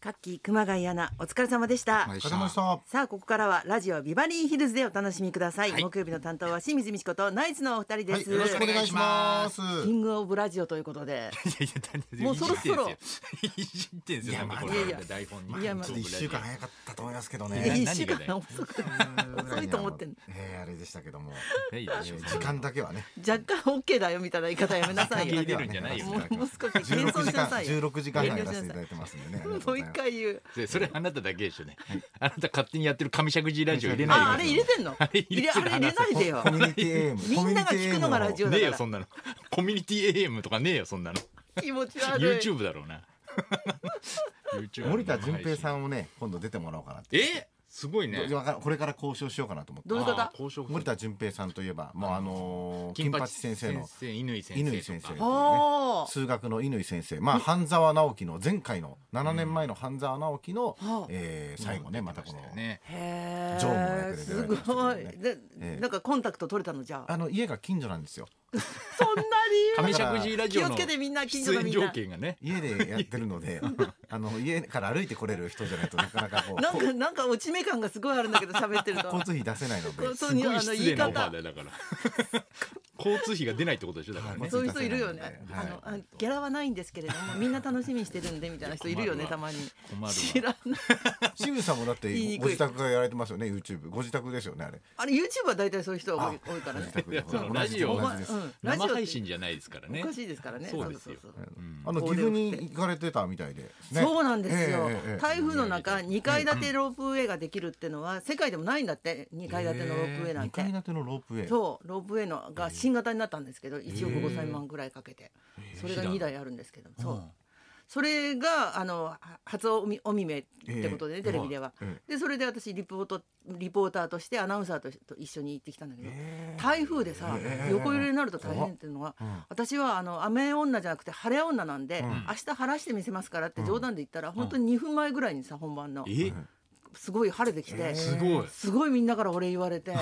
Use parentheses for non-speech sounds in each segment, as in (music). カッキー熊谷アナお疲れ様でした、お疲れ様でお疲れ様でしたさあここからはラジオビバリーヒルズでお楽しみください、はい木曜日の担当は清水美智子とナイツのお二人ではい、す、よろしくお願いします。キングオブラジオということでいやいや、何もうそろそろいじってんすよ。いじってんすよ。なんかこいやいやれ台本に。いやまあちょっと一週間早かったと思いますけどいやいね。 (laughs) 一や週何がだ間よ遅く遅遅いと思ってんのえーあれでしたけども、いやいやいや時間だけはね。若干 OK だよみたいな言い方やめなさいよ関係出るんじゃないよもうもう少し十謙遜六し時な間さ、い十よ六時間ぐら遠い慮出ししていなさただいてますんでね。あり (laughs) がともうござ一います。回言うそれそれあなただけでしょうね。あなた勝手にやってる上尺寺ラジオ入れないでああれ入れてんのあれ入れてあるれ入れないでよコミュニティ AM。 (laughs) みんなが聞くのがラジオねえよだかそんなの。コミュニティ AM とかねえよそんなの。ら気持ち悪い YouTube だろうな。YouTube 森田純平さんをね、今度出てもらおうかなって。えすごいね。どわかんこれから交渉しようかなと思ってどういうことああ交渉森田純平さんといえば、もうあのー金八先生の乾先乾生先とか生。あー数学の乾先生、まあ、半沢直樹の前回の7年前の半沢直樹の、はあえー最後ねまたこの、ね。へジョーもやってえるねすごいでええなんかコンタクト取れたのじゃあ (laughs) あの家が近所なんですよそんな理由上尺寺ラジオ気をのつけてみんな近所出の演みんな条件がね。家でやってるの (laughs) であの家から歩いてこれる人じゃないとなかなかこうなんかなんか落ち目感がすごいあるんだけど喋ってると交通費出せないのでそうすごあいの失言礼いなオファ方ーだよだから。 (laughs) 交通費が出ないってことでしょだからね。そういう人いるよね、はいあのあのギャラはないんですけれどもみんな楽しみにしてるんでみたいな人いるよねたまに困るわ知らない清水さんもだって言いにくいご自宅がやられてますよね YouTube ご自宅ですよねあれあれ YouTube は大体そういう人が多い多いからごね自宅でそう同じラジオお同前じです、うんラジオ生って配信じゃないですからねおか。しいですからねそうですよそうそうそうあのうん岐阜に行かれてたみたいで、ね、そうなんですよ、ええええええ台風の中2階建てロープウェイができるってのは世界でもないんだって2階建てのロープウェイなんて、ええ二階建てのロープウェイそうロープウェイのが新型になったんですけど1億5千万ぐらいかけて、それが2台あるんですけど、そうそれがあのは初おみお見めってことでね、ええテレビでは、えでそれで私リポートリポーターとしてアナウンサーとしと一緒に行ってきたんだけど、ええ台風でさ、ええ横揺れになると大変っていうのは、うん私はあの雨女じゃなくて晴れ女なんで、明日晴らしてみせますからって冗談で言ったら、本当に2分前ぐらいにさ本番のえすごい晴れてきて、すごい。すごいみんなからお礼言われて。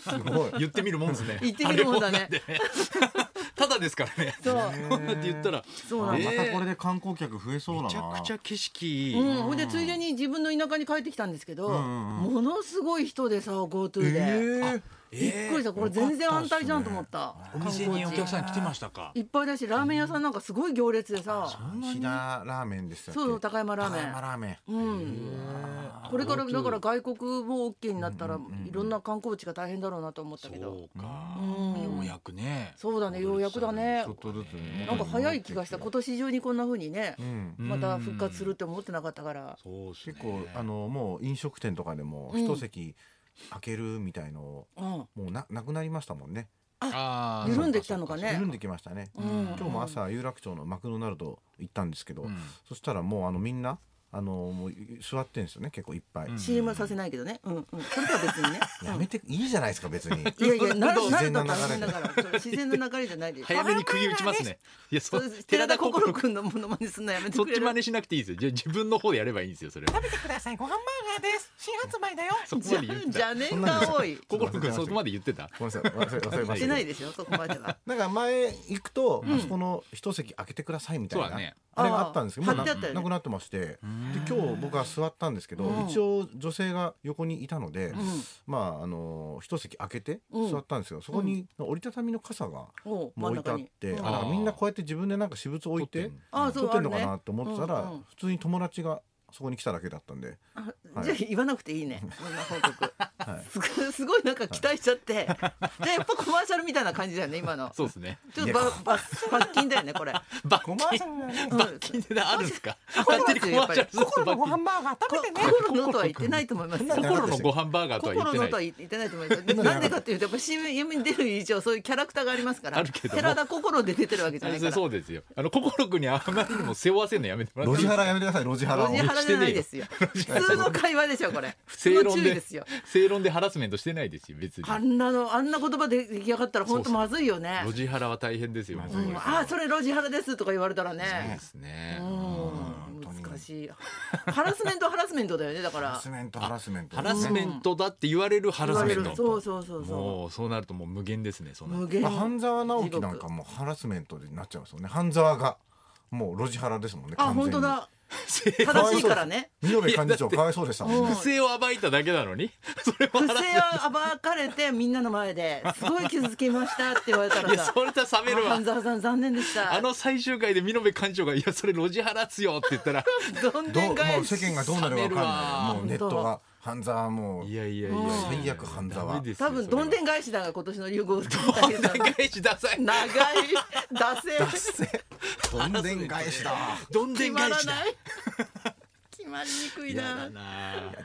すごい言ってみるもんですね。 (laughs) 言ってみるもんだねあれ女って。ただですからね。そうこんなって言ったら。そうなあのまたこれで観光客増えそうだな (laughs) めちゃくちゃ景色。うん、ほいでついでに自分の田舎に帰ってきたんですけど、ものすごい人でさ GoTo で、えびっくりしたこれ全然安泰じゃんと思ったお店に観お光客地さん来てましたか。いっぱいだしラーメン屋さんなんかすごい行列でさえ飛騨ラーメンでしたっけそう高山ラーメン高山ラーメンうんこれからだから外国も OK になったらいろんな観光地が大変だろうなと思ったけどそうか。うんようやくね。そうだねようやくだねちょっとずつねなんか早い気がした今年中にこんな風にね、うんまた復活するって思ってなかったからそうっすね結構あのもう飲食店とかでも一席空けるみたいのをうんもうななくなりましたもんねあー緩んできたのかね緩んできましたね、ん今日も朝有楽町のマクドナルド行ったんですけど、んそしたらもうあのみんなあのもう座ってんですよね結構いっぱい、 CM はさせないけどねうんうんそれとは別にねやめていいじゃないですか別にいや (laughs) いや、なる、な自る然となは楽しみな流れでがら、ちょっと自然の流れじゃないで。 (laughs) 早めに釘打ちますね。いや、そそうです。寺田心君のモノマネすんのやめてそっくれち真る。似しなくていいですよ。じゃあ自分の方でやればいいんですよ。それは。食べてください。ご飯バーガーです。新発売だよ。そこじまゃで言っ、てじた。ゃねんが多い。心君そこまで言ってた。ごめんなさい忘れ忘れまししてたないでしょ、そこまでは。なんか前行くと、あそこの一席空けてくださいみたいそうだな、ねあれがあったんですけどあもーうな,、貼ってあったよねくなってましてで今日僕は座ったんですけど、一応女性が横にいたので、まああの一席空けて座ったんですよ、どそこに折りたたみの傘がおうもう置いてあっ真ん中にて、うんあだからみんなこうやって自分でなんか私物置い取っててんあーそう取ってんのかあるなねって思ってたら、うんうん普通に友達がそこに来ただけだったんであはいじゃあ言わなくていいね、そんな報告。すごいすごいなんか期待しちゃって。じゃあやっぱコマーシャルみたいな感じだよね、今の。そうですね。ちょっとばば罰金だよね、これ。バッごまーシャルだね。罰キンであるんですか。そう勝手にコマーシャルすると心バのごッキン飯バーガー食べてね。心のとは言ってないと思いますよ。心のご飯バーガーとは言心のとってな。はい言ってないと思いますなんでかっていうとやっぱ CM に出る以上そういうキャラクターがありますからあるけども寺田心で出てるわけじゃないからそうですよ。あの心君にあまりにも背負わせるのやめてもらっ路てい地いですか。原やめてください路地原をロジハラじゃないですよ普通の会話でしょこれ普通正の論注意でですよ正論でハラスメントしてないですよ別に。あんなのあんな言葉で出来上がったら本当まずいよねロジハラは大変ですよ。うんああそれロジハラですとか言われたらそうでねすね。うん難しいハラスメントハラスメントだよねだか (laughs) ハラらスメントハラスメントハラスメントだって言われるハ言ラスわメれンるト。そうそうそうそもうそうなるともう無限ですね。そうの無限半沢直樹なんかもうハラスメントになっちゃうんですよね半沢がもう路地腹ですもんねあ完全本に当だ正正しいから (laughs) ね見延幹事長かわいそうでしたもんうんね不正を暴いただけなのにそれも不正腹立は暴かれてみんなの前ですごい傷つきましたって言われた (laughs) ついらやさそれとは冷めるわ半沢さん残念でしたあの最終回で見延館長が「いやそれ路地払っすよ」って言ったらどんどうでもんう返世し間がどうなるかわかんないもうネットが半沢はもういやいやいやうん最悪半沢ダメですよ多分どんでん返しだが今年の流行語大賞それはどんでん返 (laughs) しダサい長い惰性どんでん返しだどんで決んま返らしだない (laughs) 決まりにくい嫌だなな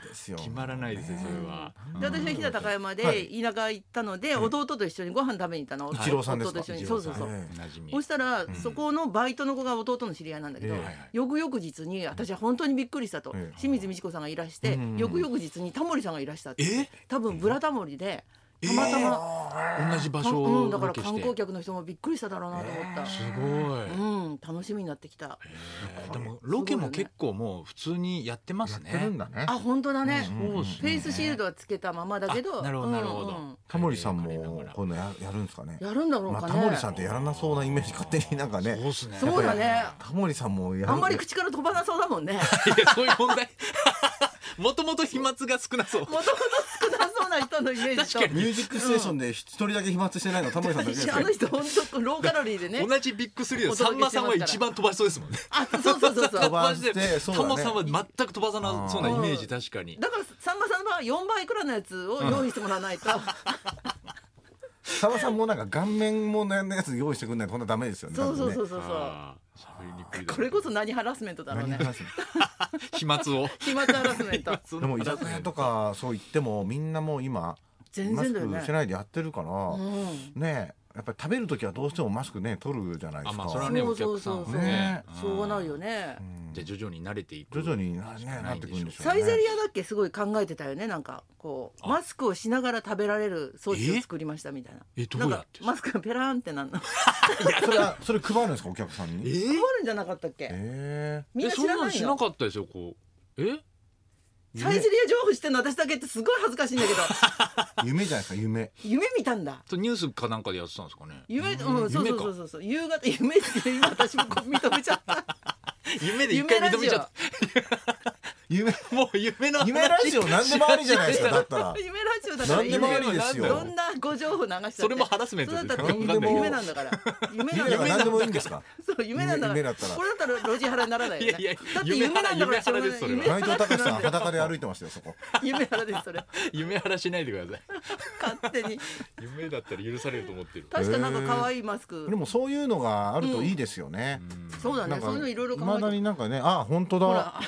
嫌ですよ決まらないですよそれはで私は飛騨高山はでい田舎行ったので、弟と一緒にご飯食べに行ったの、一郎さんですか弟と一緒に一そ郎うさそんうそう、えなじみそしたら、そこのバイトの子が弟の知り合いなんだけど、ええ翌々日に私は本当にびっくりしたと、ええ清水美智子さんがいらして、うん翌々日にタモリさんがいらしたってえ多分「ブラタモリ」でたまたま、同じ場か所うをん、だからロケして観光客の人もびっくりしただろうなと思った、すごいうん楽しみになってきた、えーでもロケも結構もう普通にやってまやっすねてるんだねあ本当だね、うんそうっフすねェイスシールドはつけたままだけどあなるほどなるほうんうんどタモリさんもえーこういうのややるんですかねやるんだろうまかあね、タモリさんってやらなそうなイメージ勝手になんかねそうっすねそうだねタモリさんもやるあんまり口から飛ばなそうだもんねいやそういう問題 (laughs) もともと飛沫が少なそうもともと少なそうな人のイメージと確かミュージックステーションで一人だけ飛沫してないのタモリさんだけです私よあの人本当ローカロリーでね同じビッグスリーでさんまさんは一番飛ばしそうですもんねあそうそうそうそう飛ばしてそうだタねモさんは全く飛ばさなそうなイメージ確かにだからさんまさんは4倍くらいのやつを用意してもらわないと、さまさんもなんか顔面ものやつ用意してくんないとこんなダメですよねそうそう多そう分ねそうそあー喋りにくいうだろうこれこそ何ハラスメントだろう何ね話すの飛沫を飛沫ハラスメントでも居酒屋とかそう言ってもみんなもう今全然だよマスねクしてないでやってるから、うんねえやっぱり食べる時はどうしてもマスクね取るじゃないであすまか、あそれはねそおうそう客そさうんそうもねしょうがないよよねじゃあ徐々に慣れていく徐々にな,、しね、かなってくるんでしょうねサイゼリアだっけすごい考えてたよねなんかこうあマスクをしながら食べられる装置を作りましたみたいなえどなんうやかってマスクがペラーンってなんのそれはそれ配るんですかお客さんえに困るんじゃなかったっけえみんえなそ知んらななんいしなよかったですよこうえサイゼリア情報してんの私だけってすごい恥ずかしいんだけ (laughs) どー、夢じゃないですか夢夢見たんだニュースかなんかでやってたんですかね夢うんそうそう夢そうかそうそう夕方夢って今私もこう認めちゃった夢 (laughs) で一夢回ラジ認オめちゃっ夢たもう夢の話夢ラジオ何でもありじゃないですかだったら夢ラジオだから何でもあり夢ですどよんなご情報流したってそれもハラスメンそトうでだすったよら何でも夢なんだから夢な夢んだか (laughs) だからら何でもいいんですかそう夢なんだから夢夢だったらこれだったら路地腹にならないよねいやいやだって夢なんだからしょうがない夢夢腹内藤隆さん裸で歩いてましたよそこ夢腹ですそれ (laughs) 夢話しないでください勝手に夢だったら許されると思ってる確かなんか可愛いマスク、でもそういうのがあるといいですよね、そうだなねんそういうのいろいろ未考だえてになんかねあ本当だほら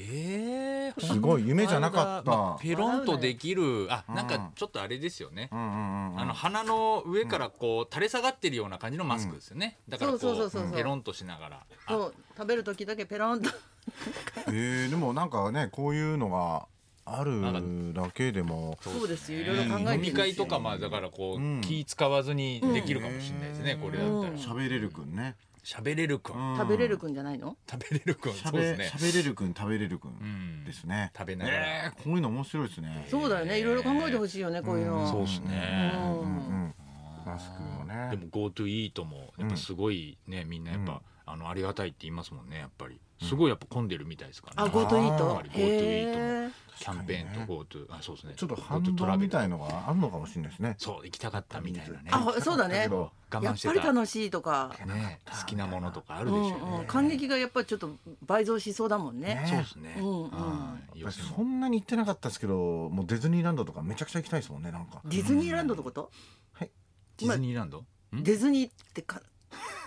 ええすごい夢じゃなかった、まあペロンとできるあなんかちょっとあれですよねうんうんうんあの鼻の上からこう垂れ下がってるような感じのマスクですよねだからそうこそうそうそううペロンとしながらあそう食べる時だけペロンとえー、でもなんかねこういうのがあるだけでもそうですよいねろいろ考えてる飲んですみよ会とかまあだからこうんう気使わずにできるかもしれないですねこれだったらうん喋れるくんね喋れるくん食べれるくくんじゃないの食べれるくんんそうです喋ね喋れるくん食べれるくうんんですね食べながらえーこういうの面白いですねそうだよねいろいろ考えてほしいよねこういうのそうですねうんうんうんマスクもねでも GoTo イートもやっぱすごいね、みんなやっぱ、あのありがたいって言いますもんねやっぱりすごいやっぱ混んでるみたいですからあね、ゴートイーあトーへえキャンペーンと GoTo あそうですねちょっと GoTo 反トラベ動みルたいのがあるのかもしれないですねそう行きたかったみたいなねあそうだねけど我や慢っしてぱたり楽しいとかね好きなものとかあうるでしょんうね、うん感激がやっぱりちょっと倍増しそうだもんねねそうですね、うんうんはい予私選そもんなに行ってなかったですけどもうディズニーランドとかめちゃくちゃ行きたいですもんねなんかディズニーランドのことディズニーラ (laughs) ンドんディズニーってか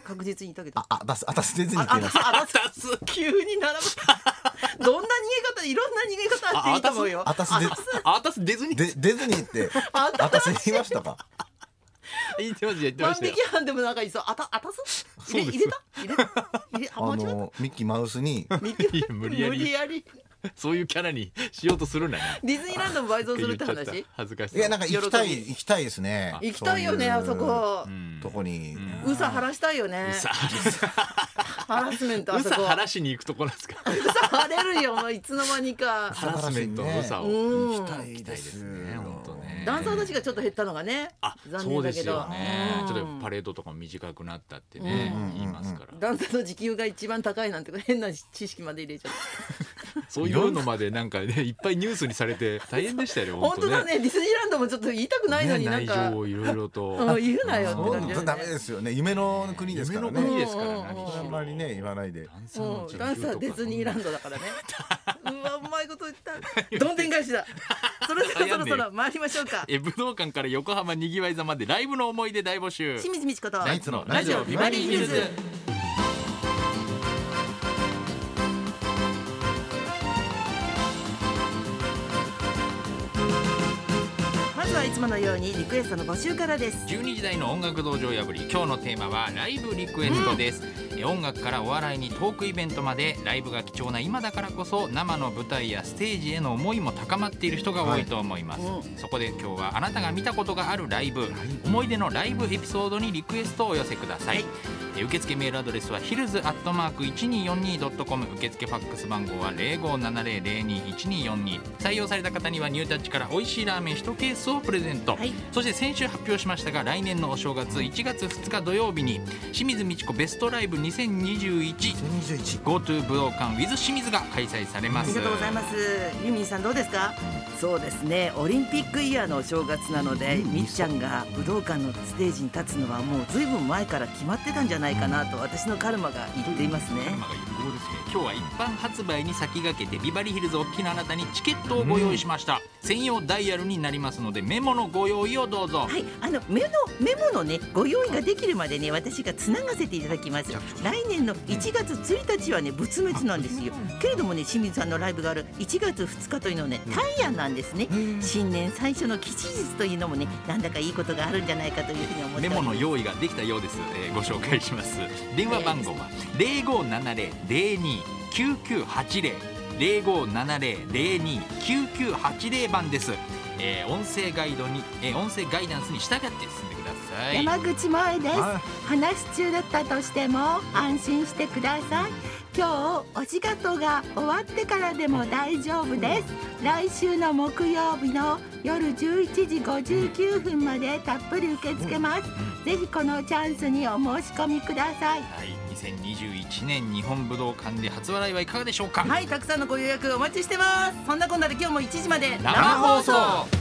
確実に言ったけどああだすあたしディズニーあってあ言いますたあたす急に並ぶどんな逃げ方いろんな逃げ方あっていいと思うよあたしデあ私ディズニーデディズニーってああたし言いましたか言ってました言って万ました引よき犯でもなんかいそうあたあたす入れそうです入れた入れた入 (laughs) れあ間あ違ったのミッキーマウスにミッキーいや無理やり無理やりそういうキャラにしようとす (laughs) るなよディズニーランドも倍増するって言っちゃっ話た恥ずかしさいやなんか行きたい喜び行きたいですね。行きたいよねあういそうこうんとこに。うさ晴らしたいよねうさハラスメントあうそさこ晴らしに行くとこなんです (laughs) かうさ晴れるよもういつの間にかハラスメントの良さをうん行きたいですね本当ねダンサーたちがちょっと減ったのがねあ残そ念うだでけすどよねうんちょっとパレードとかも短くなったってね、うん言いますから、ダンサーの時給が一番高いなんて変な知識まで入れちゃってそういうのまでなんかねいっぱいニュースにされて大変でしたよ本本当当ねだねディズニーランドもちょっと言いたくないのになんね、内か、情をいろいろうとん、言うなよって本感じ当ダメですよね夢の国ですから夢の国ねですからうんうんうん何しあろんまりね言わないでダンサーのうんダンサーディズニーランドだから (laughs) ねうわうまいこと言ったどんでん返しだそれではそろそろ参りましょうかえ武道館から横浜にぎわい座までライブの思い出大募集清水美智子とナイツのラジオビバリーヒルズまずはいつものようにリクエストの募集からです12時台の音楽道場破り今日のテーマはライブリクエストです、え音楽からお笑いにトークイベントまでライブが貴重な今だからこそ生の舞台やステージへの思いも高まっている人が多いと思います、はいうそこで今日はあなたが見たことがあるライブ思い出のライブエピソードにリクエストをお寄せください、え受付メールアドレスはヒルズアットマーク 1242.com 受付ファックス番号は0570021242採用された方にはニュータッチから美味しいラーメン1ケースをプレゼント、はいそして先週発表しましたが来年のお正月1月2日土曜日に清水ミチコベストライブ 2021GoTo 21武道館 with 清水が開催されまあすりがとうございますユーミンさんどうですかそうですねオリンピックイヤーのお正月なので、みっちゃんが武道館のステージに立つのはもうずいぶん前から決まってたんじゃないかなと私のカルマが言っていますねカルマが有効ですね今日は一般発売に先駆けてビバリーヒルズお聞きのあなたにチケットをご用意しました、専用ダイヤルになりますのでメモのご用意をどうぞはい、あのメモメモのねご用意ができるまでね私がつながせていただきます。来年の1月1日はね仏滅なんですよ。けれどもね清水さんのライブがある1月2日というのはねタイヤなんですね。新年最初の吉日というのもねなんだかいいことがあるんじゃないかというふうに思ってメおりモまのす。用意ができたようです、えーご紹介します電話番号は0570-029980 0570-029980番です、えー音声ガイドに、えー音声ガイダンスに従って進んでください山口萌えですあ話し中だったとしても安心してください今日お仕事が終わってからでも大丈夫です来週の木曜日の夜11時59分までたっぷり受け付けますぜひこのチャンスにお申し込みくださいはい、2021年日本武道館で初笑いはいかがでしょうか、はい、たくさんのご予約お待ちしてます。そんなこんなで今日も1時まで生放送